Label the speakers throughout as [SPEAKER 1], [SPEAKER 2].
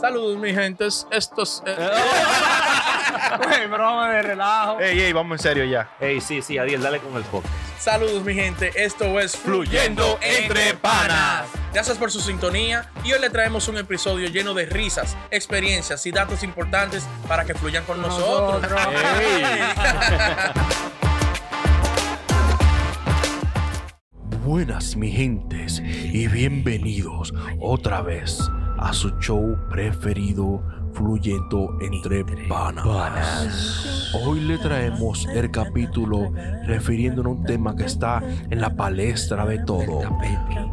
[SPEAKER 1] Saludos, mi gentes. Estos. eh,
[SPEAKER 2] ¿Eh?
[SPEAKER 3] Güey, broma de relajo.
[SPEAKER 4] Ey, ey, vamos en serio ya.
[SPEAKER 2] Ey, sí, sí, Adiel, dale con el podcast.
[SPEAKER 1] Saludos, mi gente. Esto es
[SPEAKER 4] Fluyendo Entre Panas.
[SPEAKER 1] Gracias por su sintonía y hoy le traemos un episodio lleno de risas, experiencias y datos importantes para que fluyan con nosotros.
[SPEAKER 3] Nosotros.
[SPEAKER 5] Buenas mi gentes y bienvenidos otra vez a su show preferido fluyendo entre panas. Hoy le traemos el capítulo refiriéndonos a un tema que está en la palestra de todo.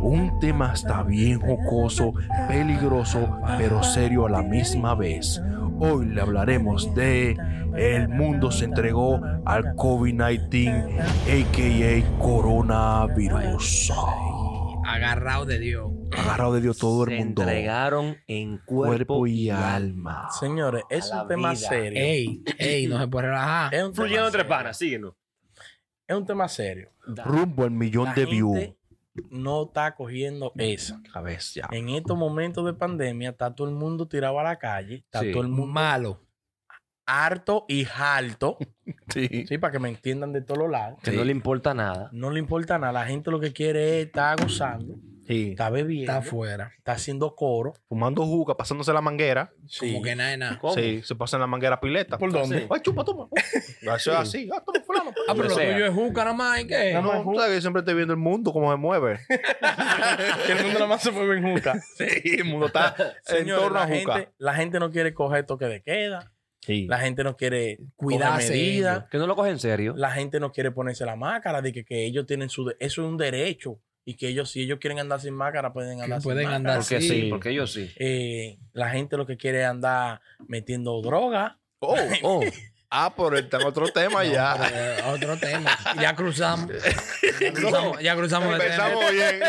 [SPEAKER 5] Un tema está bien jocoso, peligroso, pero serio a la misma vez. Hoy le hablaremos de el mundo se entregó al COVID-19, a.k.a. coronavirus.
[SPEAKER 6] agarrado de Dios.
[SPEAKER 5] Agarrado de Dios todo el
[SPEAKER 2] Se
[SPEAKER 5] mundo.
[SPEAKER 2] entregaron en
[SPEAKER 5] Cuerpo y
[SPEAKER 2] alma.
[SPEAKER 5] alma.
[SPEAKER 1] Señores, es
[SPEAKER 2] A la
[SPEAKER 1] un tema
[SPEAKER 2] vida. eh.
[SPEAKER 1] serio.
[SPEAKER 6] Ey, ey, no se puede relajar.
[SPEAKER 1] Es un tema
[SPEAKER 2] Fluyendo entre
[SPEAKER 1] serio.
[SPEAKER 2] panas, síguenos.
[SPEAKER 1] Es un tema serio.
[SPEAKER 5] Rumbo al millón
[SPEAKER 1] La
[SPEAKER 5] de views.
[SPEAKER 1] gente no está cogiendo esa.
[SPEAKER 5] Cabeza.
[SPEAKER 1] En estos momentos de pandemia está todo el mundo tirado a la calle, está
[SPEAKER 2] Sí.
[SPEAKER 1] todo el mundo
[SPEAKER 6] Malo.
[SPEAKER 1] harto y jalto,
[SPEAKER 5] Sí.
[SPEAKER 1] sí, para que me entiendan de todos los lados.
[SPEAKER 2] Que no le importa nada.
[SPEAKER 1] No le importa nada, la gente lo que quiere es estar gozando,
[SPEAKER 5] Sí.
[SPEAKER 1] está bebiendo,
[SPEAKER 6] Está
[SPEAKER 1] está,
[SPEAKER 6] afuera.
[SPEAKER 1] haciendo coro.
[SPEAKER 4] Fumando juca, pasándose la manguera.
[SPEAKER 1] Sí.
[SPEAKER 6] Como que nada, de nada.
[SPEAKER 2] ¿Cómo?
[SPEAKER 4] Sí, se pasa en la manguera pileta.
[SPEAKER 1] ¿Por dónde?
[SPEAKER 4] Ay, chupa, toma. Eso es así. Ah, toma, fulano.
[SPEAKER 6] Ah, pero
[SPEAKER 2] O
[SPEAKER 6] lo
[SPEAKER 2] sea.
[SPEAKER 6] tuyo es juca nada más, ¿y qué?
[SPEAKER 4] No, no, tú sabes que yo siempre estoy viendo el mundo, cómo se mueve.
[SPEAKER 1] Que el mundo nada más se fue bien junta.
[SPEAKER 4] Sí, el mundo está en
[SPEAKER 1] Señores,
[SPEAKER 4] torno a
[SPEAKER 1] la,
[SPEAKER 4] juca.
[SPEAKER 1] gente, la gente no quiere coger toque de queda,
[SPEAKER 2] Sí.
[SPEAKER 1] la gente no quiere cuidarse
[SPEAKER 6] Cuidarse
[SPEAKER 1] medidas,
[SPEAKER 6] ellos.
[SPEAKER 2] Que no lo coge en serio.
[SPEAKER 1] la gente no quiere ponerse la máscara, de que, que ellos tienen su... de- eso es un derecho y que ellos, si ellos quieren andar sin máscara, pueden andar sin
[SPEAKER 6] pueden
[SPEAKER 1] máscara.
[SPEAKER 6] andar
[SPEAKER 2] Porque
[SPEAKER 6] sí.
[SPEAKER 2] sí. porque yo sí.
[SPEAKER 1] Eh, la gente lo que quiere es andar metiendo droga.
[SPEAKER 4] Oh, oh. Ah, pero está en otro tema ya.
[SPEAKER 6] Eh, Otro tema. Ya cruzamos. Ya cruzamos, ya cruzamos el tema.
[SPEAKER 4] Empezamos bien.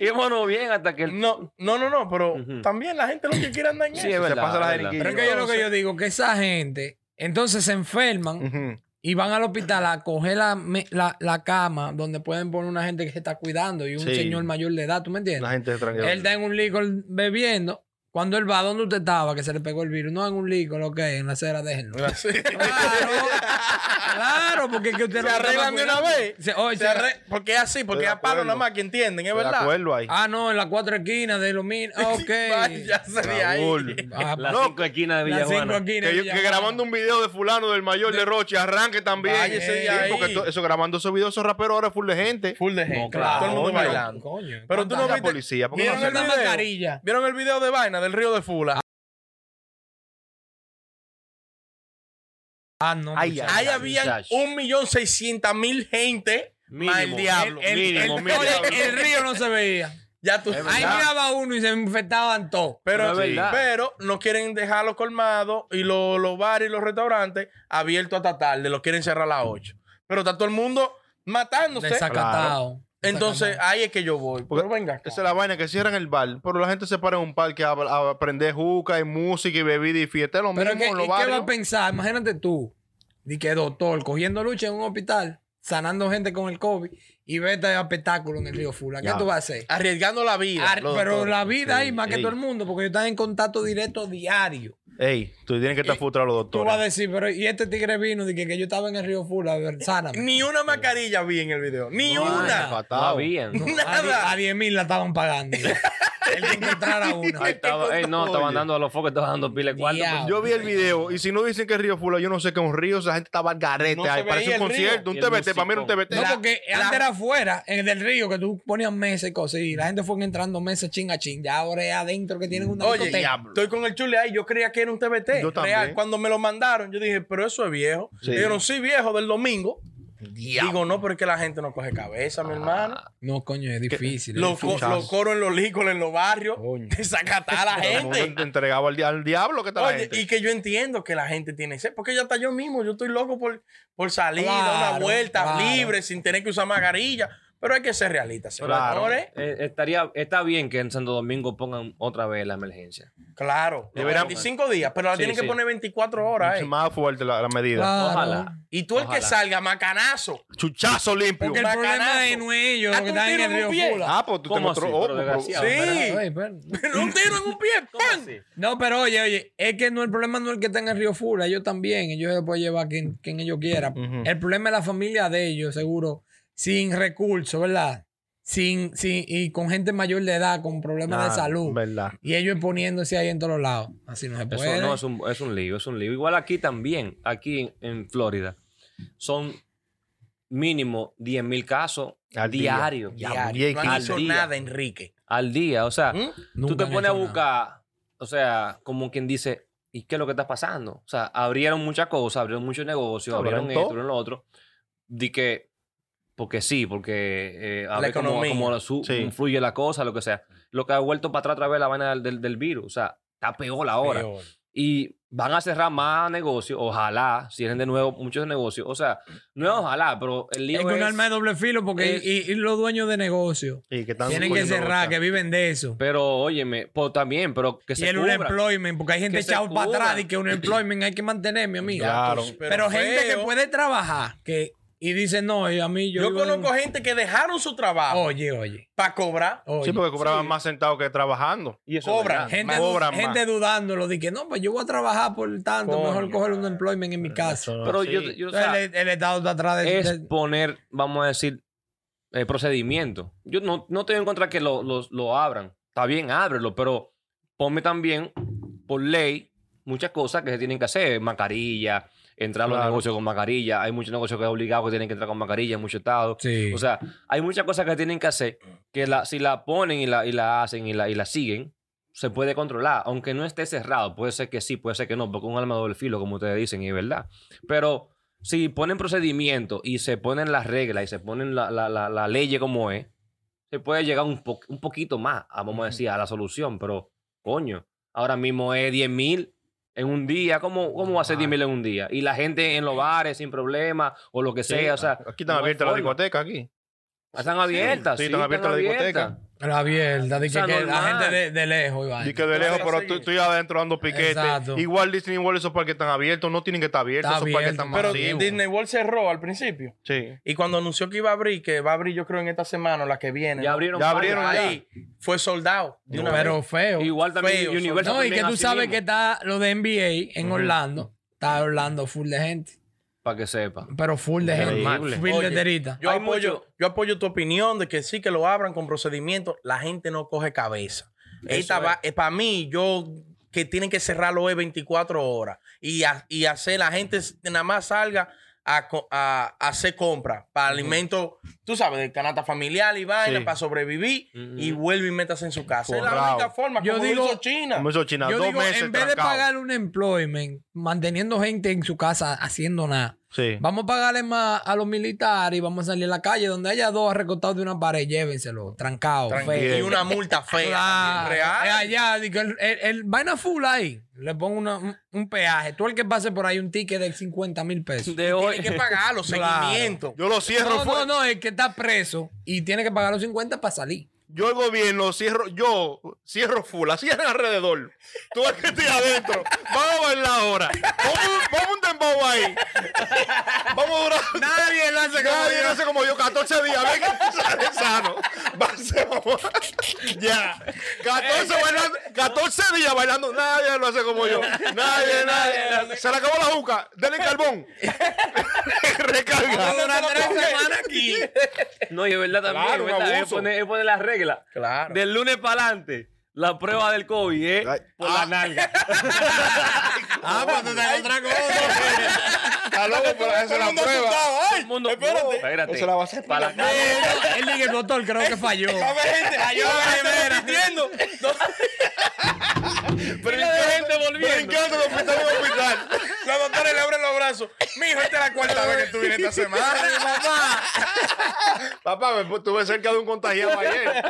[SPEAKER 2] Y bueno, bien hasta que el...
[SPEAKER 1] No, no, no, no, pero
[SPEAKER 2] Ujú.
[SPEAKER 1] también la gente lo que quiere andar en eso.
[SPEAKER 2] Sí, es
[SPEAKER 4] Se
[SPEAKER 2] verdad.
[SPEAKER 4] pasa la
[SPEAKER 2] es verdad.
[SPEAKER 4] jeringuilla.
[SPEAKER 6] Pero es que yo lo que
[SPEAKER 1] Entonces-
[SPEAKER 6] yo digo, que esa gente, entonces se enferman
[SPEAKER 4] Ujú.
[SPEAKER 6] y van al hospital a coger la, me- la, la cama donde pueden poner una gente que se está cuidando y un
[SPEAKER 4] Sí.
[SPEAKER 6] señor mayor de edad, ¿tú me entiendes?
[SPEAKER 4] La gente extranjera.
[SPEAKER 6] Él está en un licor bebiendo. Cuando él va, ¿dónde usted estaba? Que se le pegó el virus. No en un licor, lo que es, en la acera, déjenlo. Claro, claro, porque es que usted
[SPEAKER 1] Se arreglan de una vez.
[SPEAKER 6] Se, oh,
[SPEAKER 1] Se
[SPEAKER 6] se-
[SPEAKER 1] arre- Porque es así, porque
[SPEAKER 4] Estoy de
[SPEAKER 1] es a palo
[SPEAKER 4] acuerdo.
[SPEAKER 1] nada más que entienden, es
[SPEAKER 4] De
[SPEAKER 1] verdad.
[SPEAKER 4] acuerdo ahí.
[SPEAKER 6] Ah, no, en las cuatro esquinas de los mil. Ah, ok.
[SPEAKER 1] Ya sería
[SPEAKER 4] Raúl.
[SPEAKER 1] ahí.
[SPEAKER 6] Ah,
[SPEAKER 2] Las
[SPEAKER 4] No,
[SPEAKER 2] cinco esquinas de
[SPEAKER 6] las cinco
[SPEAKER 2] Villajuana.
[SPEAKER 6] esquinas.
[SPEAKER 4] Que, yo-
[SPEAKER 6] ya.
[SPEAKER 4] que grabando un video de fulano del mayor de Roche arranque también.
[SPEAKER 1] Váyese de
[SPEAKER 4] Sí,
[SPEAKER 1] ahí.
[SPEAKER 4] porque to- eso grabando esos videos, esos raperos ahora es full de gente.
[SPEAKER 1] Full de gente.
[SPEAKER 2] claro,
[SPEAKER 1] todo el mundo
[SPEAKER 4] coño.
[SPEAKER 1] bailando.
[SPEAKER 6] Coño.
[SPEAKER 1] Pero tú no
[SPEAKER 4] la
[SPEAKER 1] viste.
[SPEAKER 4] policía, ¿por qué
[SPEAKER 1] ¿Vieron
[SPEAKER 4] no
[SPEAKER 1] el
[SPEAKER 6] una
[SPEAKER 1] video?
[SPEAKER 6] mascarilla.
[SPEAKER 1] ¿Vieron el video de vaina del río de Fula?
[SPEAKER 6] Ah, no.
[SPEAKER 2] Ay,
[SPEAKER 1] Ahí habían
[SPEAKER 2] muchacho.
[SPEAKER 1] un millón seiscientas mil gente.
[SPEAKER 2] Mínimo,
[SPEAKER 1] más el diablo.
[SPEAKER 2] el- el-
[SPEAKER 4] Mínimo,
[SPEAKER 2] el-
[SPEAKER 4] mínimo.
[SPEAKER 6] Oye, el río no se veía.
[SPEAKER 1] Ya tú
[SPEAKER 6] Ahí miraba uno y se infectaban todos.
[SPEAKER 1] Pero,
[SPEAKER 2] No es verdad.
[SPEAKER 1] pero no quieren dejarlo colmado y lo- los bares y los restaurantes abiertos hasta tarde, lo quieren cerrar a las 8. Pero está todo el mundo matándose.
[SPEAKER 6] Desacatado.
[SPEAKER 1] Entonces
[SPEAKER 6] Desacatado.
[SPEAKER 1] ahí es que yo voy.
[SPEAKER 4] Porque
[SPEAKER 1] Pero venga. acá.
[SPEAKER 4] Esa es la vaina que cierran el bar, pero la gente se para en un parque a, a aprender juca y música y bebida y fiesta. Es lo
[SPEAKER 6] Pero
[SPEAKER 4] mismo
[SPEAKER 6] que,
[SPEAKER 4] en
[SPEAKER 6] ¿y
[SPEAKER 4] los
[SPEAKER 6] qué va
[SPEAKER 4] barrios.
[SPEAKER 6] a pensar? Imagínate tú, di que doctor, cogiendo lucha en un hospital, sanando gente con el COVID y vete a espectáculo en el Río Fula. ¿Qué
[SPEAKER 2] Ya.
[SPEAKER 6] tú vas a hacer?
[SPEAKER 1] Arriesgando la vida.
[SPEAKER 6] Ar-
[SPEAKER 1] Ah, los
[SPEAKER 6] pero
[SPEAKER 1] doctores.
[SPEAKER 6] la vida ahí, más que
[SPEAKER 2] ey.
[SPEAKER 6] todo el mundo, porque ellos están en contacto directo diario.
[SPEAKER 4] Ey, tú tienes que estar frustrado los
[SPEAKER 6] Eh, Tú vas a
[SPEAKER 4] doctores.
[SPEAKER 6] decir, pero ¿y este tigre vino? Dije que, que yo estaba en el Río Fula, a ver, sáname.
[SPEAKER 1] Eh, Ni una mascarilla vi en el video. Ni
[SPEAKER 6] No,
[SPEAKER 1] una.
[SPEAKER 2] No
[SPEAKER 4] Fatado.
[SPEAKER 2] habían.
[SPEAKER 6] No,
[SPEAKER 1] nada.
[SPEAKER 6] a die- A 10 mil la estaban pagando. el que encontrara una.
[SPEAKER 2] Ahí estaba, ey, no, estaban
[SPEAKER 4] Oye.
[SPEAKER 2] dando a los focos, estaban dando pile cuarto. pues,
[SPEAKER 6] Diablo.
[SPEAKER 4] Yo vi el video y si no dicen que es Río Fula, yo no sé qué es un río, esa gente estaba al garete.
[SPEAKER 1] No se
[SPEAKER 4] ahí, parece
[SPEAKER 1] veía
[SPEAKER 4] un
[SPEAKER 1] el río.
[SPEAKER 2] Y
[SPEAKER 4] concierto, un
[SPEAKER 2] el
[SPEAKER 4] TBT, para mí era un
[SPEAKER 2] musicón.
[SPEAKER 4] TBT.
[SPEAKER 6] No,
[SPEAKER 4] La-
[SPEAKER 6] porque
[SPEAKER 1] la-
[SPEAKER 6] antes era afuera, en el del río, que tú ponías mesas y cosas, y la gente fue entrando mesas ching a ching. Ya ahora es adentro que tienen una
[SPEAKER 1] Oye,
[SPEAKER 6] discoteca.
[SPEAKER 4] diablo.
[SPEAKER 1] estoy con el chule ahí. Yo creía que era un TBT.
[SPEAKER 4] Yo también.
[SPEAKER 1] Real. Cuando me lo mandaron, yo dije, pero eso es viejo.
[SPEAKER 4] Sí.
[SPEAKER 1] Dijeron, sí, viejo, del domingo.
[SPEAKER 4] Diablo. Ah,
[SPEAKER 1] Digo, no, pero es que la gente no coge cabeza, mi hermano.
[SPEAKER 6] No, coño, es difícil. eh. es
[SPEAKER 1] Los
[SPEAKER 6] difícil.
[SPEAKER 1] co- los coros en los licores, en los barrios, desacatar a la
[SPEAKER 4] Todo el mundo
[SPEAKER 1] gente.
[SPEAKER 4] te entregaba al, di- al diablo que está la
[SPEAKER 1] Oye,
[SPEAKER 4] gente.
[SPEAKER 1] y que yo entiendo que la gente tiene sed, porque ya está yo mismo, yo estoy loco por, por salir, dar una
[SPEAKER 6] Claro,
[SPEAKER 1] vuelta
[SPEAKER 6] claro.
[SPEAKER 1] libre, sin tener que usar mascarilla. Pero hay que ser realistas,
[SPEAKER 2] Claro.
[SPEAKER 1] señores.
[SPEAKER 2] Eh, estaría, está bien que en Santo Domingo pongan otra vez la emergencia.
[SPEAKER 1] Claro.
[SPEAKER 2] Deberían-
[SPEAKER 1] 25 días, pero la
[SPEAKER 2] Sí,
[SPEAKER 1] tienen que
[SPEAKER 2] sí.
[SPEAKER 1] poner 24 horas.
[SPEAKER 4] Es
[SPEAKER 1] eh.
[SPEAKER 4] más fuerte la, la medida.
[SPEAKER 6] Claro.
[SPEAKER 2] Ojalá.
[SPEAKER 1] Y tú el que
[SPEAKER 2] Ojalá.
[SPEAKER 1] salga, macanazo.
[SPEAKER 4] Chuchazo limpio.
[SPEAKER 6] Porque el
[SPEAKER 1] Bacanazo.
[SPEAKER 6] problema es no ellos,
[SPEAKER 1] Ah,
[SPEAKER 6] los que
[SPEAKER 1] tú
[SPEAKER 6] están en
[SPEAKER 1] tienes
[SPEAKER 6] el
[SPEAKER 1] un
[SPEAKER 6] río
[SPEAKER 1] pie.
[SPEAKER 6] Fula.
[SPEAKER 4] Ah, pues tú te
[SPEAKER 2] ¿Cómo
[SPEAKER 4] mostró.
[SPEAKER 2] así?
[SPEAKER 4] oh,
[SPEAKER 2] Pero
[SPEAKER 4] pues,
[SPEAKER 2] desgraciado.
[SPEAKER 1] Sí.
[SPEAKER 6] Pero, ey, pero-
[SPEAKER 1] un tiro en un pie. ¡Pam!
[SPEAKER 6] No, pero oye, oye, es que no, el problema no es el que está en el río Fula, ellos también, ellos se lo pueden llevar a quien, quien ellos quieran.
[SPEAKER 4] Ujú.
[SPEAKER 6] El problema es la familia de ellos, seguro, sin recursos, ¿verdad? Sin, sin, y con gente mayor de edad, con problemas
[SPEAKER 4] Ah,
[SPEAKER 6] de salud.
[SPEAKER 4] Verdad.
[SPEAKER 6] Y ellos poniéndose ahí en todos lados. Así no se
[SPEAKER 2] Eso
[SPEAKER 6] puede.
[SPEAKER 2] no, es un, es un lío, es un lío. Igual aquí también, aquí en, en Florida, son mínimo 10.000 mil casos
[SPEAKER 4] Al día.
[SPEAKER 2] diarios
[SPEAKER 1] Diario.
[SPEAKER 4] bien,
[SPEAKER 1] No han
[SPEAKER 2] al
[SPEAKER 1] hecho
[SPEAKER 2] día.
[SPEAKER 1] nada, Enrique.
[SPEAKER 2] al día. O sea,
[SPEAKER 1] ¿Mm?
[SPEAKER 2] tú
[SPEAKER 6] Nunca
[SPEAKER 2] te
[SPEAKER 6] han
[SPEAKER 2] pones a
[SPEAKER 6] hecho nada.
[SPEAKER 2] buscar, o sea, como quien dice, ¿y qué es lo que está pasando? O sea, abrieron muchas cosas, abrieron muchos negocios,
[SPEAKER 4] Abrieron
[SPEAKER 2] abrieron, esto,
[SPEAKER 4] todo.
[SPEAKER 2] abrieron lo otro. Di que, porque sí, porque eh, a
[SPEAKER 1] La
[SPEAKER 2] ver cómo,
[SPEAKER 1] economía.
[SPEAKER 2] cómo su-
[SPEAKER 4] Sí.
[SPEAKER 2] influye la cosa, lo que sea. Lo que ha vuelto para atrás otra vez la vaina del, del- del virus. O sea, está peor ahora.
[SPEAKER 1] Peor.
[SPEAKER 2] Y van a cerrar más negocios, ojalá cierren de nuevo muchos negocios. O sea, no es ojalá, pero el lío
[SPEAKER 6] Es
[SPEAKER 2] es...
[SPEAKER 6] que un arma de doble filo porque
[SPEAKER 2] pues es-
[SPEAKER 6] y, y los dueños de negocio
[SPEAKER 4] Y que están
[SPEAKER 6] tienen que
[SPEAKER 4] cogiendo
[SPEAKER 6] cerrar,
[SPEAKER 4] loca.
[SPEAKER 6] que viven de eso.
[SPEAKER 2] Pero, óyeme, pues, también, pero que
[SPEAKER 6] Y
[SPEAKER 2] se
[SPEAKER 6] el
[SPEAKER 2] cubra.
[SPEAKER 6] unemployment, porque hay gente
[SPEAKER 2] Que se
[SPEAKER 6] echado para
[SPEAKER 2] cubra.
[SPEAKER 6] atrás y que un unemployment hay que mantener, mi amigo.
[SPEAKER 4] Claro.
[SPEAKER 1] Pero,
[SPEAKER 6] Pero, gente que
[SPEAKER 1] feo.
[SPEAKER 6] puede trabajar que, y dice, no, yo- a mí yo.
[SPEAKER 1] Yo,
[SPEAKER 6] vivo en un-
[SPEAKER 1] conozco gente que dejaron su trabajo
[SPEAKER 2] Oh,
[SPEAKER 6] Oye, oye.
[SPEAKER 1] para cobrar.
[SPEAKER 6] oye.
[SPEAKER 4] Sí, porque cobraban más sentados que trabajando.
[SPEAKER 2] Y oh, eso es
[SPEAKER 1] Cobran.
[SPEAKER 2] verdad.
[SPEAKER 6] Gente,
[SPEAKER 4] más. Cobran más.
[SPEAKER 6] gente dudándolo de que no, pues yo voy a trabajar por tanto,
[SPEAKER 1] Coño.
[SPEAKER 6] mejor coger un employment en mi casa.
[SPEAKER 2] Pero yo, yo, o sea,
[SPEAKER 6] Entonces, el, el Estado está atrás de,
[SPEAKER 2] es
[SPEAKER 6] de-
[SPEAKER 2] poner, vamos a decir, eh, procedimiento. Yo no, no estoy en contra que lo, los- lo abran. Está bien, ábrelo, pero ponme también, por ley, muchas cosas que se tienen que hacer. Mascarilla, entrar a los
[SPEAKER 4] Claro.
[SPEAKER 2] negocios con mascarilla. Hay muchos negocios que es obligado que tienen que entrar con mascarilla en muchos estados.
[SPEAKER 6] Sí.
[SPEAKER 2] O sea, hay muchas cosas que tienen que hacer que la, si la ponen y la, y la hacen y la, y la siguen, se puede controlar. Aunque no esté cerrado, puede ser que sí, puede ser que no, porque es un alma de doble filo, como ustedes dicen, y es verdad. Pero si ponen procedimiento y se ponen las reglas y se ponen la, la, la, la ley como es, se puede llegar un, po- un poquito más, a, vamos a decir, a la solución. Pero, coño, ahora mismo es 10 mil. En un día, ¿cómo, cómo va a ser 10 mil en un día? Y la gente en los bares sin problema o lo que
[SPEAKER 4] Sí.
[SPEAKER 2] sea. O sea
[SPEAKER 4] aquí
[SPEAKER 2] no
[SPEAKER 4] están
[SPEAKER 2] hay
[SPEAKER 4] abiertas las
[SPEAKER 2] forma.
[SPEAKER 4] discotecas aquí.
[SPEAKER 2] están abiertas.
[SPEAKER 4] Sí, están abiertas las discotecas.
[SPEAKER 6] la abierta, de
[SPEAKER 2] O
[SPEAKER 6] que,
[SPEAKER 2] sea,
[SPEAKER 6] que la
[SPEAKER 2] normal.
[SPEAKER 6] gente de, de lejos. y vaina.
[SPEAKER 4] Y que de lejos,
[SPEAKER 1] Sí,
[SPEAKER 4] pero
[SPEAKER 1] sí.
[SPEAKER 4] tú, tú ya adentro dando piquetes.
[SPEAKER 6] Exacto.
[SPEAKER 4] Igual Disney World, esos parques están abiertos, no tienen que estar abiertos,
[SPEAKER 6] Está
[SPEAKER 4] esos parques
[SPEAKER 6] abierto,
[SPEAKER 4] están
[SPEAKER 1] Pero
[SPEAKER 4] masivos.
[SPEAKER 1] Disney World cerró al principio.
[SPEAKER 4] Sí.
[SPEAKER 1] Y cuando anunció que iba a abrir, que va a abrir yo creo en esta semana o la que viene.
[SPEAKER 2] Ya
[SPEAKER 1] ¿no?
[SPEAKER 2] abrieron. Ah.
[SPEAKER 4] Ya
[SPEAKER 2] varias.
[SPEAKER 4] abrieron
[SPEAKER 1] Ahí fue soldado. De una
[SPEAKER 6] pero feo.
[SPEAKER 2] Igual también
[SPEAKER 1] Feo,
[SPEAKER 2] Universal.
[SPEAKER 6] no, y que
[SPEAKER 2] también
[SPEAKER 6] tú
[SPEAKER 2] así
[SPEAKER 6] sabes
[SPEAKER 2] mismo,
[SPEAKER 6] que está lo de NBA en Orlando. Está Orlando full de gente.
[SPEAKER 2] Para que sepa.
[SPEAKER 6] Pero full de
[SPEAKER 2] Increíble.
[SPEAKER 6] gente. Full
[SPEAKER 1] Oye,
[SPEAKER 6] de terita.
[SPEAKER 1] Yo
[SPEAKER 2] Hay
[SPEAKER 1] apoyo,
[SPEAKER 2] mucho-
[SPEAKER 1] yo apoyo tu opinión de que sí que lo abran con procedimiento. La gente no coge cabeza. Esta
[SPEAKER 2] es.
[SPEAKER 1] va, para mí, yo que tienen que cerrarlo es 24 horas y, ha- y hacer la gente s- nada más salga a, co- a- a hacer compra para alimentos, tú sabes, de canasta familiar y vaina
[SPEAKER 4] Sí.
[SPEAKER 1] para sobrevivir
[SPEAKER 2] Ujú.
[SPEAKER 1] y vuelve y métase en su casa. Es la
[SPEAKER 4] Forrao.
[SPEAKER 1] única forma
[SPEAKER 6] Yo
[SPEAKER 1] como lo
[SPEAKER 6] digo-
[SPEAKER 1] hizo China.
[SPEAKER 4] Como hizo China,
[SPEAKER 6] Yo
[SPEAKER 4] dos
[SPEAKER 6] digo,
[SPEAKER 4] meses
[SPEAKER 6] en vez de
[SPEAKER 4] trancado.
[SPEAKER 6] pagar un employment, manteniendo gente en su casa haciendo nada,
[SPEAKER 4] Sí.
[SPEAKER 6] vamos a pagarle más a los militares y vamos a salir a la calle donde haya dos arrecotados de una pared, llévenselo, trancado,
[SPEAKER 1] Tranquilo.
[SPEAKER 6] feo.
[SPEAKER 1] Y una multa fea.
[SPEAKER 6] Claro.
[SPEAKER 1] también, real.
[SPEAKER 6] Es allá, digo, el, el- el vaina full ahí, le pongo una- un, un peaje. Tú el que pase por ahí un ticket de 50 mil pesos.
[SPEAKER 2] De hoy.
[SPEAKER 1] Tienen que pagar los
[SPEAKER 6] Claro.
[SPEAKER 1] seguimientos.
[SPEAKER 4] Yo lo cierro.
[SPEAKER 6] No,
[SPEAKER 4] fue-
[SPEAKER 6] no, no, el que está preso y tiene que pagar los 50 para salir.
[SPEAKER 4] Yo el gobierno cierro, yo cierro full, la cierran alrededor. Tú el que estoy adentro. Vamos a bailar ahora. Vamos, vamos un dembow ahí. Vamos a durar.
[SPEAKER 6] Nadie lo hace como
[SPEAKER 4] Nadie
[SPEAKER 6] yo.
[SPEAKER 4] lo hace como yo, 14 días. A ver qué sale sano. Va a ser- vamos a- Ya. 14, bailando, 14 días bailando. Nadie lo hace como yo. Nadie, nadie. Se le acabó la juca. Denle carbón. Recarga.
[SPEAKER 6] Durar tres semanas aquí.
[SPEAKER 2] No, y es verdad también. es
[SPEAKER 4] Claro, un
[SPEAKER 2] verdad. Él
[SPEAKER 4] abuso.
[SPEAKER 2] pone, él pone las reglas.
[SPEAKER 1] Claro.
[SPEAKER 2] Del lunes para adelante, la prueba del COVID es
[SPEAKER 4] Ay.
[SPEAKER 2] por
[SPEAKER 4] Ah.
[SPEAKER 2] la nalga.
[SPEAKER 6] Ah, pues tú te otra
[SPEAKER 4] Está loco, pero esa es la prueba.
[SPEAKER 2] Todo el mundo. no, espérate.
[SPEAKER 4] Eso la va a hacer
[SPEAKER 2] Para la calle.
[SPEAKER 6] cosa. Él dice, doctor, creo que falló.
[SPEAKER 1] gente, entiendo.
[SPEAKER 4] Pero
[SPEAKER 2] Pila de gente volviendo.
[SPEAKER 4] Brincando de hospital en hospital.
[SPEAKER 1] Los doctores le abren los brazos. Mijo, esta es la cuarta vez que tú vienes esta semana.
[SPEAKER 4] Papá, me pu- estuve cerca de un contagiado ayer.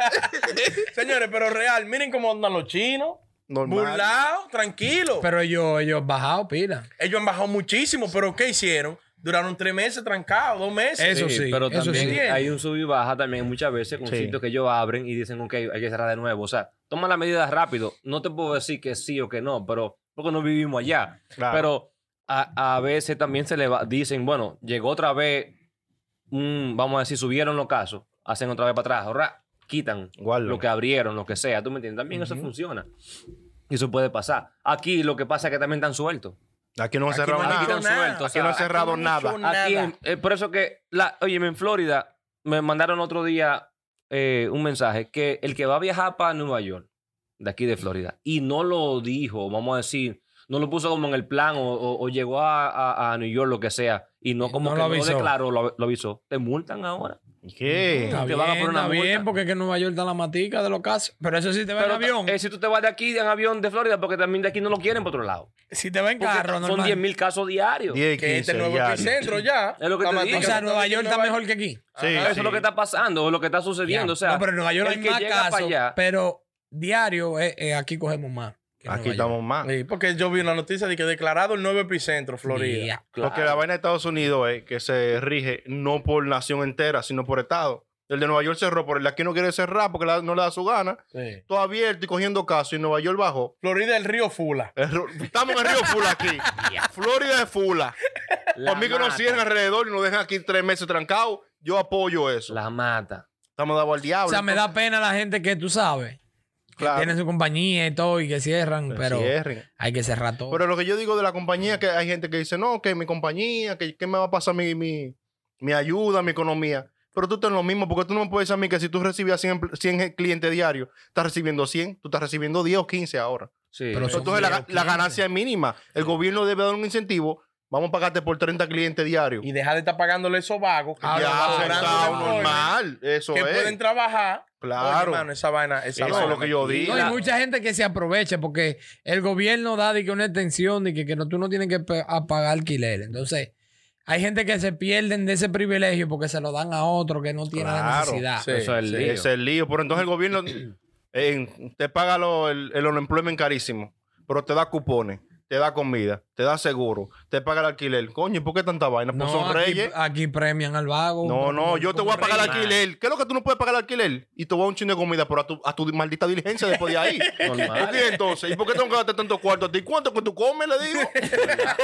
[SPEAKER 1] Señores, pero real, miren cómo andan los chinos.
[SPEAKER 4] Normal.
[SPEAKER 1] Burlados, tranquilos.
[SPEAKER 6] Pero ellos, ellos bajado, pila.
[SPEAKER 1] Ellos han bajado muchísimo, pero ¿qué hicieron? duraron tres meses trancados, dos meses.
[SPEAKER 6] Eso sí,
[SPEAKER 2] pero
[SPEAKER 6] eso
[SPEAKER 2] también
[SPEAKER 1] sí.
[SPEAKER 2] hay un sub y baja también muchas veces con
[SPEAKER 3] Sí.
[SPEAKER 2] sitios que ellos abren y dicen, ok, hay que cerrar de nuevo. O sea, toma las medidas rápido. No te puedo decir que sí o que no, pero porque no vivimos allá. Pero a, a veces también se le va- dicen, bueno, llegó otra vez, un- vamos a decir, subieron los casos, hacen otra vez para atrás, ra, quitan
[SPEAKER 4] Guardan.
[SPEAKER 2] lo que abrieron, lo que sea. ¿Tú me entiendes? También eso funciona. Y eso puede pasar. Aquí lo que pasa es que también están sueltos.
[SPEAKER 4] Aquí no han
[SPEAKER 1] Aquí no
[SPEAKER 4] cerrado
[SPEAKER 1] han
[SPEAKER 4] nada.
[SPEAKER 1] hecho
[SPEAKER 2] Quitan
[SPEAKER 1] nada.
[SPEAKER 2] suelto, o
[SPEAKER 1] Aquí
[SPEAKER 2] sea,
[SPEAKER 4] no han cerrado
[SPEAKER 1] han
[SPEAKER 4] nada.
[SPEAKER 1] hecho
[SPEAKER 2] Aquí, en- eh, por eso que, la, oye, en Florida me mandaron otro día eh, un mensaje que el que va a viajar para Nueva York, de aquí de Florida, y no lo dijo, vamos a decir, no lo puso como en el plan o, o- o llegó a, a- a New York, lo que sea, y no
[SPEAKER 6] Y
[SPEAKER 2] como
[SPEAKER 6] Eh, no
[SPEAKER 2] que
[SPEAKER 6] lo
[SPEAKER 2] no
[SPEAKER 6] avisó.
[SPEAKER 2] declaró, lo, lo avisó. Te multan ahora.
[SPEAKER 4] ¿Qué?
[SPEAKER 6] Está
[SPEAKER 2] Te
[SPEAKER 6] bien,
[SPEAKER 2] van a poner una
[SPEAKER 6] está bien,
[SPEAKER 2] multa.
[SPEAKER 6] porque es que en Nueva York da la matica de los casos. Pero eso sí te va en
[SPEAKER 2] Pero
[SPEAKER 6] avión.
[SPEAKER 2] eh, si tú te vas de aquí en avión de Florida, porque también de aquí no lo quieren por otro lado.
[SPEAKER 6] si te va en
[SPEAKER 2] Porque
[SPEAKER 6] carro,
[SPEAKER 2] son
[SPEAKER 6] normal.
[SPEAKER 2] 10 mil casos diarios.
[SPEAKER 4] 10,
[SPEAKER 1] que este
[SPEAKER 4] 15,
[SPEAKER 1] nuevo
[SPEAKER 4] ya.
[SPEAKER 1] epicentro ya.
[SPEAKER 2] Es lo que
[SPEAKER 1] La
[SPEAKER 2] te
[SPEAKER 1] matica
[SPEAKER 2] digo.
[SPEAKER 6] O sea,
[SPEAKER 1] que
[SPEAKER 6] Nueva
[SPEAKER 1] está
[SPEAKER 6] York
[SPEAKER 1] metiendo
[SPEAKER 6] está mejor que aquí.
[SPEAKER 4] Sí,
[SPEAKER 2] Eso
[SPEAKER 4] sí.
[SPEAKER 2] es lo que está pasando, es lo que está sucediendo. O sea,
[SPEAKER 6] no, pero en Nueva York
[SPEAKER 2] el
[SPEAKER 6] hay
[SPEAKER 2] que
[SPEAKER 6] más
[SPEAKER 2] llega para
[SPEAKER 6] casos.
[SPEAKER 2] allá-
[SPEAKER 6] Pero diario, eh, eh, aquí cogemos más. que en
[SPEAKER 4] Aquí
[SPEAKER 6] Nueva York.
[SPEAKER 4] estamos más.
[SPEAKER 1] Sí, porque yo vi una noticia de que declarado el nuevo epicentro, Florida.
[SPEAKER 6] Ya.
[SPEAKER 4] Porque la vaina de Estados Unidos es que se rige no por nación entera, sino por estado. El de Nueva York cerró, por el de aquí no quiere cerrar porque la- no le da su gana.
[SPEAKER 1] Sí.
[SPEAKER 4] Todo abierto y cogiendo caso y Nueva York bajó.
[SPEAKER 1] Florida el río Fula.
[SPEAKER 4] El ro- Estamos en el río Fula aquí. Florida es Fula.
[SPEAKER 2] La
[SPEAKER 4] Por mí que nos
[SPEAKER 2] mata,
[SPEAKER 4] cierran alrededor y nos dejan aquí tres meses trancados, yo apoyo eso.
[SPEAKER 2] La mata.
[SPEAKER 4] Estamos dados al diablo.
[SPEAKER 6] O sea, me da pena la gente que tú sabes. Que
[SPEAKER 4] Claro.
[SPEAKER 6] tienen su compañía y todo y que cierran,
[SPEAKER 4] Entonces,
[SPEAKER 6] pero
[SPEAKER 4] cierren.
[SPEAKER 6] hay que cerrar todo.
[SPEAKER 4] Pero lo que yo digo de la compañía, que hay gente que dice, no, que mi compañía, que, que me va a pasar mi, mi, mi ayuda, mi economía. Pero tú estás en lo mismo, porque tú no me puedes decir a mí que si tú recibías 100, empl- 100 clientes diarios, estás recibiendo 100, tú estás recibiendo 10 o 15 ahora.
[SPEAKER 2] Sí.
[SPEAKER 6] Pero son-
[SPEAKER 4] Entonces la,
[SPEAKER 6] 10 o
[SPEAKER 4] la
[SPEAKER 6] 15.
[SPEAKER 4] ganancia es mínima. El gobierno debe dar un incentivo, vamos a pagarte por 30 clientes diarios.
[SPEAKER 1] Y deja de estar pagándole esos vagos que
[SPEAKER 6] Ahora,
[SPEAKER 1] están
[SPEAKER 4] Ah, ya,
[SPEAKER 6] ahora,
[SPEAKER 1] cobrando
[SPEAKER 4] sentado,
[SPEAKER 1] de employment,
[SPEAKER 4] normal. Eso
[SPEAKER 1] Que
[SPEAKER 4] es.
[SPEAKER 1] pueden trabajar. Oye,
[SPEAKER 4] Claro.
[SPEAKER 1] hermano, esa vaina. Esa
[SPEAKER 4] Eso es
[SPEAKER 1] vaina.
[SPEAKER 4] lo que yo
[SPEAKER 1] aquí.
[SPEAKER 4] digo.
[SPEAKER 6] No, hay
[SPEAKER 2] la-
[SPEAKER 6] mucha gente que se aprovecha porque el gobierno da de que una extensión y que, que no, tú no tienes que pe- a pagar alquiler. Entonces, hay gente que se pierden de ese privilegio porque se lo dan a otro que no tiene la
[SPEAKER 4] Claro,
[SPEAKER 6] necesidad.
[SPEAKER 1] sí.
[SPEAKER 2] Eso es el lío.
[SPEAKER 4] Ese es el lío. Pero entonces el gobierno eh, te paga lo- el, el unemployment carísimo, pero te da cupones, te da comida, te da seguro, te paga el alquiler. Coño, ¿y por qué tanta vaina? Pues son
[SPEAKER 6] aquí,
[SPEAKER 4] reyes.
[SPEAKER 6] aquí premian al vago.
[SPEAKER 4] No, no, yo te voy a pagar el
[SPEAKER 2] rey,
[SPEAKER 4] alquiler. ¿Qué es lo que tú no puedes pagar el alquiler? Y te voy a un chingo de comida, pero a tu, a tu maldita diligencia después de ahí.
[SPEAKER 2] Normal.
[SPEAKER 4] ¿Por qué entonces? ¿Y por qué tengo que darte tanto cuarto a ti? ¿Cuánto que tú comes? Le digo.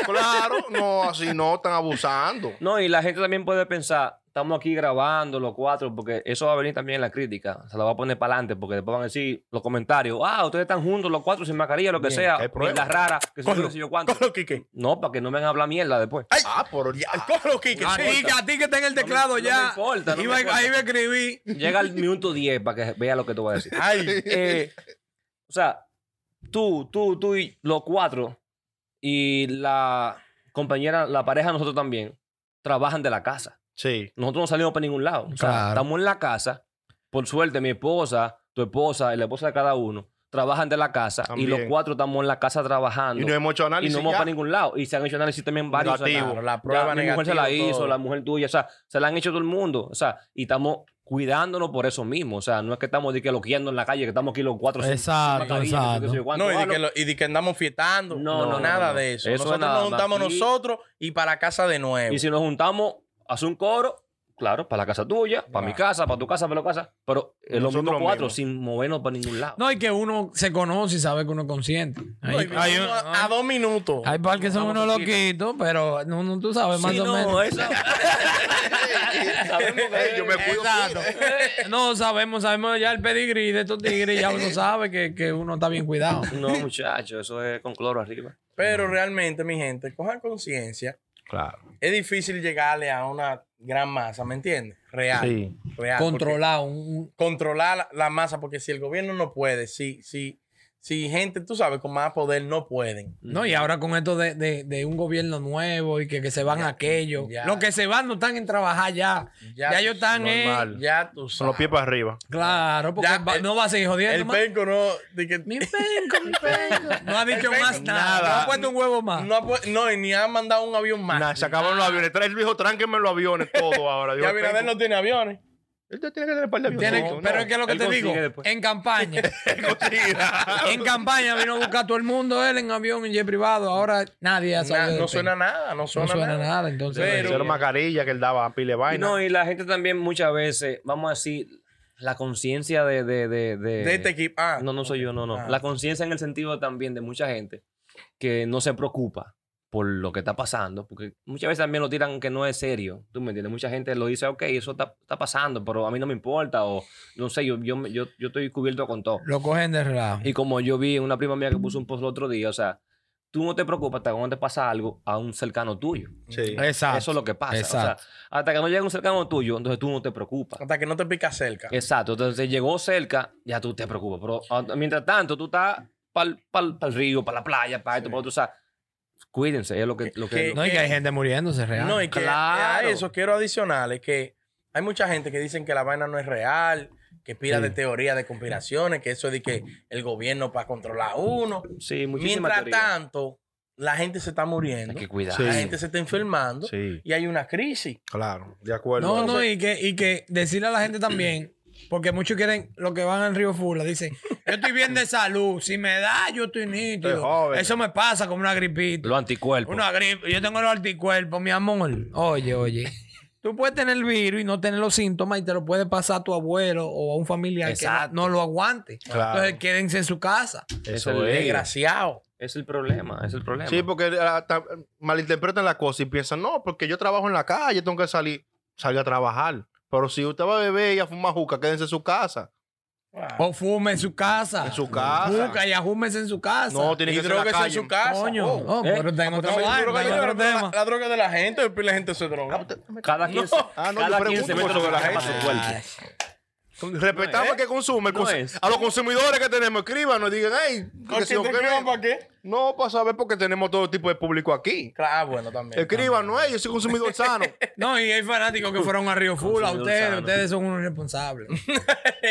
[SPEAKER 4] claro, no, así no, están abusando.
[SPEAKER 2] No, y la gente también puede pensar, estamos aquí grabando los cuatro, porque eso va a venir también en la crítica. Se la va a poner para adelante, porque después van a decir los comentarios. Ah, ustedes están juntos los cuatro sin mascarilla, lo que
[SPEAKER 4] Bien,
[SPEAKER 2] sea.
[SPEAKER 4] que hay pruebas.
[SPEAKER 2] Las raras, que si yo,
[SPEAKER 1] Cógelo,
[SPEAKER 2] no sé yo cuánto.
[SPEAKER 1] Cógelo, Quique.
[SPEAKER 2] No, para que no me vengan a hablar mierda después.
[SPEAKER 4] Ah, por
[SPEAKER 1] Ya, Cógelo, Quique.
[SPEAKER 2] Ah,
[SPEAKER 1] sí.
[SPEAKER 6] Y que a ti que está en el teclado
[SPEAKER 2] no me
[SPEAKER 6] ya.
[SPEAKER 2] importa, no me
[SPEAKER 6] iba-
[SPEAKER 2] importa.
[SPEAKER 6] Ahí me escribí.
[SPEAKER 2] Llega el minuto 10 para que vea lo que tú vas a decir.
[SPEAKER 1] Ay,
[SPEAKER 2] Eh, o sea, tú, tú, tú y los cuatro y la compañera, la pareja, nosotros también, trabajan de la casa.
[SPEAKER 4] Sí.
[SPEAKER 2] Nosotros no salimos para ningún lado. O sea,
[SPEAKER 6] Claro.
[SPEAKER 2] estamos en la casa. Por suerte, mi esposa, tu esposa y la esposa de cada uno trabajan de la casa.
[SPEAKER 4] También.
[SPEAKER 2] Y los cuatro estamos en la casa trabajando.
[SPEAKER 4] Y no hemos hecho
[SPEAKER 2] Y
[SPEAKER 4] análisis.
[SPEAKER 2] no vamos
[SPEAKER 4] ya.
[SPEAKER 2] para ningún lado. Y se han hecho análisis también varios.
[SPEAKER 4] Negativo.
[SPEAKER 2] o sea,
[SPEAKER 1] La prueba
[SPEAKER 2] ya Mi mujer se
[SPEAKER 1] negativa,
[SPEAKER 2] la hizo,
[SPEAKER 1] todo.
[SPEAKER 2] la mujer tuya. O sea, se la han hecho todo el mundo. O sea, y estamos cuidándonos por eso mismo. O sea, no es que estamos de que loqueando en la calle, que estamos aquí los cuatro. sin- sin
[SPEAKER 6] Exacto,
[SPEAKER 2] mascarilla, que sé yo
[SPEAKER 6] exacto.
[SPEAKER 2] cuánto.
[SPEAKER 1] no, y
[SPEAKER 2] Ah,
[SPEAKER 1] de,
[SPEAKER 2] no,
[SPEAKER 1] que lo- y de que andamos fiestando. No,
[SPEAKER 2] No, no, no,
[SPEAKER 1] nada
[SPEAKER 2] no, no.
[SPEAKER 1] de eso.
[SPEAKER 2] Eso es
[SPEAKER 1] nosotros
[SPEAKER 2] nada
[SPEAKER 1] nos juntamos
[SPEAKER 2] más. Y-
[SPEAKER 1] nosotros y para casa de nuevo.
[SPEAKER 2] Y si nos juntamos, hace un coro, claro, para la casa tuya, para mi casa, para tu casa, para la casa, pero eh, los
[SPEAKER 4] Nosotros
[SPEAKER 2] mismos cuatro
[SPEAKER 4] mismos.
[SPEAKER 2] sin movernos para ningún lado.
[SPEAKER 6] No, y que uno se conoce y sabe que uno es consciente.
[SPEAKER 1] No, y
[SPEAKER 6] Hay,
[SPEAKER 1] vivimos a, a dos minutos.
[SPEAKER 6] hay par que son
[SPEAKER 2] Vamos
[SPEAKER 6] unos
[SPEAKER 2] poquito.
[SPEAKER 6] loquitos, pero no, no, tú sabes más
[SPEAKER 2] Sí,
[SPEAKER 6] o
[SPEAKER 2] no, eh,
[SPEAKER 6] menos.
[SPEAKER 2] eso.
[SPEAKER 4] Ey, yo me cuido.
[SPEAKER 6] Exacto. No, sabemos, sabemos ya el pedigrí de estos tigres, ya uno sabe que, que uno está bien cuidado.
[SPEAKER 2] No, muchacho, eso es con cloro arriba.
[SPEAKER 1] Pero realmente, mi gente, cojan conciencia.
[SPEAKER 4] Claro.
[SPEAKER 1] Es difícil llegarle a una gran masa, ¿me entiendes? Real.
[SPEAKER 4] Sí.
[SPEAKER 1] real, porque-
[SPEAKER 6] Controlado. un-
[SPEAKER 1] controlar la, la masa, porque si el gobierno no puede, si, si, si gente, tú sabes, con más poder no pueden.
[SPEAKER 6] un- no, y ahora con esto de, de- de un gobierno nuevo y que, que se van aquellos.
[SPEAKER 1] ya.
[SPEAKER 6] Los que se van no están en trabajar ya. Ya,
[SPEAKER 1] tú-
[SPEAKER 6] ellos están en.
[SPEAKER 4] normal.
[SPEAKER 1] Ya tú
[SPEAKER 4] Son
[SPEAKER 1] sabes.
[SPEAKER 4] los pies para arriba.
[SPEAKER 6] Claro, porque
[SPEAKER 1] Ya,
[SPEAKER 6] va-
[SPEAKER 1] el-
[SPEAKER 6] no va a seguir jodiendo.
[SPEAKER 1] El
[SPEAKER 6] más.
[SPEAKER 1] penco no. de que-
[SPEAKER 6] Mi penco, mi penco. No ha dicho
[SPEAKER 1] penco,
[SPEAKER 6] más nada.
[SPEAKER 4] nada.
[SPEAKER 6] No ha puesto un huevo más.
[SPEAKER 1] no, ha pu- no, y ni han mandado un avión más.
[SPEAKER 4] Nah, se acabaron los aviones. Trae el viejo, tránquenme los aviones todo ahora.
[SPEAKER 1] ya
[SPEAKER 4] Dijo,
[SPEAKER 1] Abinader
[SPEAKER 4] "Tengo".
[SPEAKER 1] no tiene aviones.
[SPEAKER 4] Él te tiene que tener par de
[SPEAKER 6] Tiene-
[SPEAKER 4] avioncitos,
[SPEAKER 6] pero
[SPEAKER 4] ¿no?
[SPEAKER 6] es que lo que
[SPEAKER 2] Él
[SPEAKER 6] te
[SPEAKER 2] consigue
[SPEAKER 6] digo,
[SPEAKER 2] después.
[SPEAKER 6] en campaña,
[SPEAKER 4] Consigue.
[SPEAKER 6] en campaña vino a buscar a todo el mundo él en avión, en jet privado. Ahora nadie ha
[SPEAKER 1] Na-
[SPEAKER 6] sabido de
[SPEAKER 1] no
[SPEAKER 6] ti.
[SPEAKER 1] suena nada, no suena,
[SPEAKER 6] No suena
[SPEAKER 1] nada.
[SPEAKER 6] nada, entonces.
[SPEAKER 1] Pero-
[SPEAKER 4] Hicieron mascarilla que él daba pile de
[SPEAKER 2] Y
[SPEAKER 4] vaina.
[SPEAKER 2] no, y la gente también muchas veces, vamos a decir, la conciencia de... De, de, de-
[SPEAKER 1] De este equipo. Ah,
[SPEAKER 2] No, no soy yo, no, no.
[SPEAKER 1] Ah.
[SPEAKER 2] La conciencia en el sentido también de mucha gente que no se preocupa por lo que está pasando, porque muchas veces también lo tiran que no es serio, ¿tú me entiendes? Mucha gente lo dice, ok, eso está, está pasando, pero a mí no me importa, o no sé, yo, yo, yo, yo estoy cubierto con todo.
[SPEAKER 6] Lo cogen de relajo.
[SPEAKER 2] Y como yo vi una prima mía que puso un post el otro día, o sea, tú no te preocupas hasta cuando te pasa algo a un cercano tuyo.
[SPEAKER 4] Sí.
[SPEAKER 1] Ah,
[SPEAKER 6] Exacto.
[SPEAKER 2] Eso es lo que pasa.
[SPEAKER 6] Exacto.
[SPEAKER 2] O sea, hasta que no llega un cercano tuyo, entonces tú no te preocupas.
[SPEAKER 1] Hasta que no te pica cerca.
[SPEAKER 2] Exacto. Entonces llegó cerca, ya tú te preocupas. Pero ah, mientras tanto, tú estás para el río, para la playa, para esto, para otro. O sea, cuídense, es lo que. Lo que
[SPEAKER 1] que-
[SPEAKER 6] No, y que hay gente muriéndose real.
[SPEAKER 1] No, y que a-
[SPEAKER 2] Claro.
[SPEAKER 1] a eso quiero adicionarles que hay mucha gente que dicen que la vaina no es real, que pira de teoría de conspiraciones, que eso es de que el gobierno para controlar a uno.
[SPEAKER 2] sí, muchísimas
[SPEAKER 1] Mientras
[SPEAKER 2] teorías.
[SPEAKER 1] tanto, la gente se está muriendo,
[SPEAKER 2] Hay que cuidar.
[SPEAKER 1] la
[SPEAKER 4] Sí.
[SPEAKER 1] gente se está enfermando
[SPEAKER 4] Sí,
[SPEAKER 1] y hay una crisis.
[SPEAKER 4] claro, de acuerdo.
[SPEAKER 6] No, no, y que, y que decirle a la gente también, porque muchos quieren, los que van al Río Fula, dicen, yo estoy bien de salud, si me da, yo estoy
[SPEAKER 4] Estoy
[SPEAKER 6] nítido.
[SPEAKER 4] joven.
[SPEAKER 6] Eso me pasa como una gripita.
[SPEAKER 2] Los anticuerpos.
[SPEAKER 6] Una gripe, yo tengo los anticuerpos, mi amor. Oye, oye. Tú puedes tener el virus y no tener los síntomas y te lo puede pasar a tu abuelo o a un familiar que
[SPEAKER 2] Exacto.
[SPEAKER 6] no- no, lo aguante.
[SPEAKER 4] Claro.
[SPEAKER 6] Entonces quédense en su casa.
[SPEAKER 2] es
[SPEAKER 4] Eso
[SPEAKER 2] el
[SPEAKER 4] es.
[SPEAKER 2] negro.
[SPEAKER 1] Desgraciado.
[SPEAKER 2] Es el problema, es el problema.
[SPEAKER 4] Sí, porque ah, ta- malinterpretan la cosa y piensan, no, porque yo trabajo en la calle, tengo que salir, salga a trabajar. Pero si usted va a beber y a fumar juca, quédense en su casa.
[SPEAKER 6] O fume en su casa.
[SPEAKER 4] En su casa.
[SPEAKER 6] Busca y ajúmese en su casa.
[SPEAKER 4] No, tiene
[SPEAKER 1] Y
[SPEAKER 4] que ser en la
[SPEAKER 1] drogues en
[SPEAKER 4] calle.
[SPEAKER 1] su casa.
[SPEAKER 6] Coño.
[SPEAKER 1] Oh.
[SPEAKER 6] No,
[SPEAKER 2] Eh,
[SPEAKER 6] pero está en
[SPEAKER 4] ah,
[SPEAKER 6] otro
[SPEAKER 4] pues,
[SPEAKER 6] lugar,
[SPEAKER 4] droga,
[SPEAKER 6] está en
[SPEAKER 4] droga,
[SPEAKER 6] otro tema.
[SPEAKER 1] La, la droga de la gente, después la gente se droga.
[SPEAKER 4] Ah, usted-
[SPEAKER 2] Cada quien, se-
[SPEAKER 4] Ah, no,
[SPEAKER 2] cada
[SPEAKER 4] yo
[SPEAKER 2] quien se
[SPEAKER 4] pregunto
[SPEAKER 2] mete
[SPEAKER 4] por
[SPEAKER 2] lo que
[SPEAKER 4] sobre
[SPEAKER 2] le
[SPEAKER 4] la
[SPEAKER 2] pasa a su
[SPEAKER 4] gente.
[SPEAKER 2] cuerpo.
[SPEAKER 4] Respetamos
[SPEAKER 2] No
[SPEAKER 4] el que consume. el
[SPEAKER 2] No
[SPEAKER 4] cons-
[SPEAKER 2] es.
[SPEAKER 4] A los consumidores que tenemos, escríbanos, digan, ay,
[SPEAKER 1] ¿Por
[SPEAKER 4] que
[SPEAKER 1] qué
[SPEAKER 4] si o
[SPEAKER 1] te
[SPEAKER 4] qué
[SPEAKER 1] escriban
[SPEAKER 4] me-
[SPEAKER 1] para qué?
[SPEAKER 4] no, para saber porque tenemos todo tipo de público aquí.
[SPEAKER 1] Claro, Ah, bueno, también.
[SPEAKER 4] Escríbanos, eh, yo soy consumidor sano.
[SPEAKER 6] No, y hay fanáticos que fueron a Río Fula.
[SPEAKER 2] Consumidor
[SPEAKER 6] Ustedes,
[SPEAKER 2] sano.
[SPEAKER 6] ustedes son unos responsables.
[SPEAKER 4] Sí,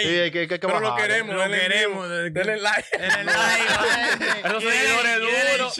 [SPEAKER 4] hay que, hay que
[SPEAKER 1] Pero lo
[SPEAKER 4] bajarle.
[SPEAKER 1] queremos,
[SPEAKER 6] Lo
[SPEAKER 1] denle
[SPEAKER 6] queremos,
[SPEAKER 1] view,
[SPEAKER 6] desde que-
[SPEAKER 1] Denle like.
[SPEAKER 2] Esos seguidores duros.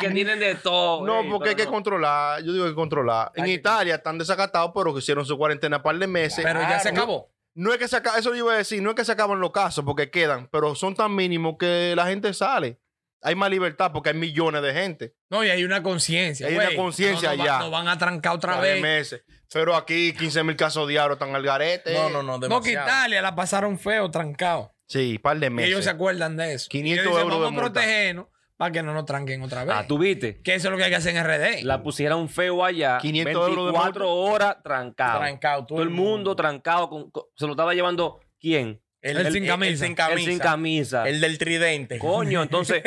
[SPEAKER 2] Que tienen de todo.
[SPEAKER 4] No,
[SPEAKER 2] ey,
[SPEAKER 4] porque hay
[SPEAKER 2] eh, pero
[SPEAKER 4] que
[SPEAKER 2] no.
[SPEAKER 4] controlar. Yo digo que controlar. En Italia están desacatados, pero que hicieron su cuarentena un par de meses.
[SPEAKER 6] Pero ya se
[SPEAKER 1] Claro.
[SPEAKER 6] acabó.
[SPEAKER 4] No es que se acaba, eso yo iba a decir, no es que se acaban los casos porque quedan, pero son tan mínimos que la gente sale. Hay más libertad porque hay millones de gente.
[SPEAKER 6] No, y hay una conciencia.
[SPEAKER 4] Hay una
[SPEAKER 6] güey.
[SPEAKER 4] conciencia
[SPEAKER 6] no, no, va-
[SPEAKER 4] ya.
[SPEAKER 6] No van a trancar otra
[SPEAKER 4] Par de
[SPEAKER 6] vez.
[SPEAKER 4] meses. Pero aquí 15 mil casos diarios están al garete.
[SPEAKER 1] No, no, no,
[SPEAKER 6] No, que
[SPEAKER 1] demasiado.
[SPEAKER 6] Italia la pasaron feo, trancado.
[SPEAKER 4] Sí, par de
[SPEAKER 6] Y ellos
[SPEAKER 4] meses.
[SPEAKER 6] se acuerdan de eso.
[SPEAKER 4] 500
[SPEAKER 6] Y ellos
[SPEAKER 4] euros de
[SPEAKER 6] Vamos a
[SPEAKER 4] multa".
[SPEAKER 6] protegernos para que no nos tranquen otra vez.
[SPEAKER 2] Ah, tú viste.
[SPEAKER 6] Que eso es lo que hay que hacer en RD.
[SPEAKER 2] La pusieron feo allá.
[SPEAKER 4] 500 euros de
[SPEAKER 2] 24 horas trancado.
[SPEAKER 1] Trancado, todo
[SPEAKER 2] Todo el mundo trancado. con- con- se lo estaba llevando ¿quién?
[SPEAKER 1] El,
[SPEAKER 6] El sin
[SPEAKER 1] sin
[SPEAKER 6] camisa.
[SPEAKER 1] camisa. El sin
[SPEAKER 2] El sin
[SPEAKER 1] camisa.
[SPEAKER 2] camisa.
[SPEAKER 1] El del tridente.
[SPEAKER 2] Coño, entonces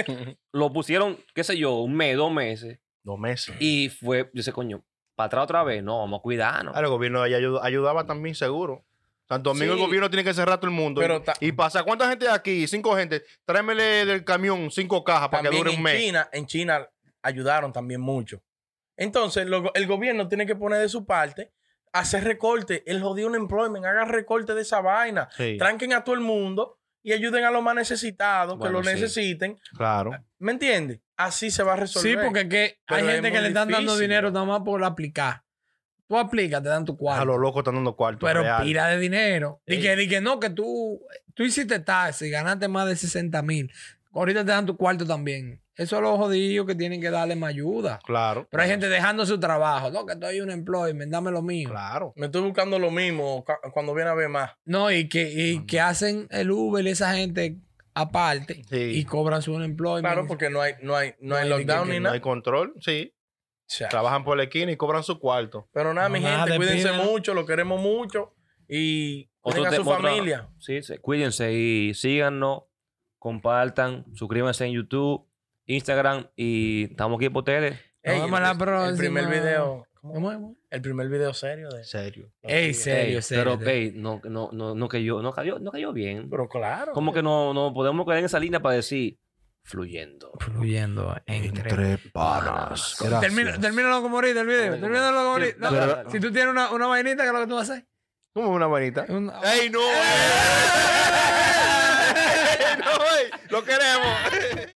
[SPEAKER 2] lo pusieron, qué sé yo, un mes, dos meses.
[SPEAKER 4] Dos meses.
[SPEAKER 2] Y fue, yo sé, coño, para atrás otra vez. No, vamos a cuidarnos.
[SPEAKER 4] Ah, el gobierno de allá ayud- ayudaba también, seguro. Santo Domingo,
[SPEAKER 2] Sí.
[SPEAKER 4] el gobierno tiene que cerrar todo el mundo.
[SPEAKER 1] Pero
[SPEAKER 4] y,
[SPEAKER 1] ta-
[SPEAKER 4] y pasa, ¿cuánta gente de aquí? Cinco gente. Tráemele del camión cinco cajas para que
[SPEAKER 1] También
[SPEAKER 4] dure un
[SPEAKER 1] en
[SPEAKER 4] mes.
[SPEAKER 1] China, en China ayudaron también mucho. Entonces, lo- el gobierno tiene que poner de su parte, hacer recorte. El jodido unemployment, haga recorte de esa vaina.
[SPEAKER 4] Sí,
[SPEAKER 1] Tranquen a todo el mundo y ayuden a los más necesitados que
[SPEAKER 2] Bueno,
[SPEAKER 1] lo
[SPEAKER 2] sí.
[SPEAKER 1] necesiten.
[SPEAKER 6] Ah,
[SPEAKER 4] claro.
[SPEAKER 1] ¿Me entiendes? Así se va a resolver.
[SPEAKER 6] sí, porque es que hay
[SPEAKER 1] Pero es
[SPEAKER 6] gente que
[SPEAKER 1] muy
[SPEAKER 6] le están dando
[SPEAKER 1] difícil,
[SPEAKER 6] dinero
[SPEAKER 1] bro.
[SPEAKER 6] nada más por aplicar. Tú aplicas, te dan
[SPEAKER 4] A
[SPEAKER 6] tu
[SPEAKER 4] los
[SPEAKER 6] cuarto.
[SPEAKER 4] locos están dando cuarto.
[SPEAKER 6] Pero
[SPEAKER 4] real.
[SPEAKER 6] pila de dinero. Y
[SPEAKER 4] Ey.
[SPEAKER 6] que, di que no, que tú, tú hiciste taxi, ganaste más de 60 mil. Ahorita te dan tu cuarto también. Eso a los jodillos que tienen que darle más ayuda.
[SPEAKER 4] Claro.
[SPEAKER 6] Pero hay gente dejando su trabajo. No, que estoy un employment, dame lo mío.
[SPEAKER 4] Claro.
[SPEAKER 1] Me estoy buscando lo mismo ca- cuando viene a ver más.
[SPEAKER 6] No, y que, y que hacen el Uber y esa gente aparte
[SPEAKER 4] Sí.
[SPEAKER 6] y cobran su unemployment.
[SPEAKER 1] Claro, porque no hay, no hay, no hay
[SPEAKER 6] No hay
[SPEAKER 1] lockdown
[SPEAKER 6] ni que-
[SPEAKER 1] ni
[SPEAKER 4] No
[SPEAKER 1] nada.
[SPEAKER 4] hay control, sí.
[SPEAKER 1] Chao.
[SPEAKER 4] Trabajan por la esquina y cobran su cuarto.
[SPEAKER 1] Pero nada,
[SPEAKER 6] No,
[SPEAKER 1] mi
[SPEAKER 6] nada,
[SPEAKER 1] gente, cuídense
[SPEAKER 6] despídelo.
[SPEAKER 1] mucho, lo queremos mucho. Y
[SPEAKER 2] Otro
[SPEAKER 1] cuiden a su
[SPEAKER 2] tema, otra-
[SPEAKER 1] familia.
[SPEAKER 2] Sí, sí, cuídense y síganos, compartan, suscríbanse en YouTube, Instagram y estamos aquí por ustedes.
[SPEAKER 6] Nos vemos
[SPEAKER 1] el-
[SPEAKER 6] la
[SPEAKER 1] El
[SPEAKER 6] próxima.
[SPEAKER 1] primer video. ¿cómo?
[SPEAKER 6] ¿Cómo es, cómo es?
[SPEAKER 1] El primer video serio de.
[SPEAKER 4] Serio.
[SPEAKER 6] Ey, serio,
[SPEAKER 2] Ey,
[SPEAKER 6] serio.
[SPEAKER 2] Pero, ey, no, no, no, no cayó, no cayó, no cayó bien.
[SPEAKER 1] Pero claro.
[SPEAKER 2] Como que no, no podemos quedar en esa línea para decir fluyendo.
[SPEAKER 6] Fluyendo entre.
[SPEAKER 5] Entre panas.
[SPEAKER 6] Termina,
[SPEAKER 5] Gracias.
[SPEAKER 6] termínalo como ahorita el
[SPEAKER 1] Eh,
[SPEAKER 6] video.
[SPEAKER 2] Termínalo como-
[SPEAKER 6] Termínalo como ahorita. No,
[SPEAKER 2] Pero-
[SPEAKER 6] si tú tienes una, una vainita, ¿qué es lo que tú vas a hacer?
[SPEAKER 4] ¿Cómo es una manita?
[SPEAKER 6] Un-
[SPEAKER 4] ¡Ey, no! ¡Ey, no! ey! ¡Lo queremos!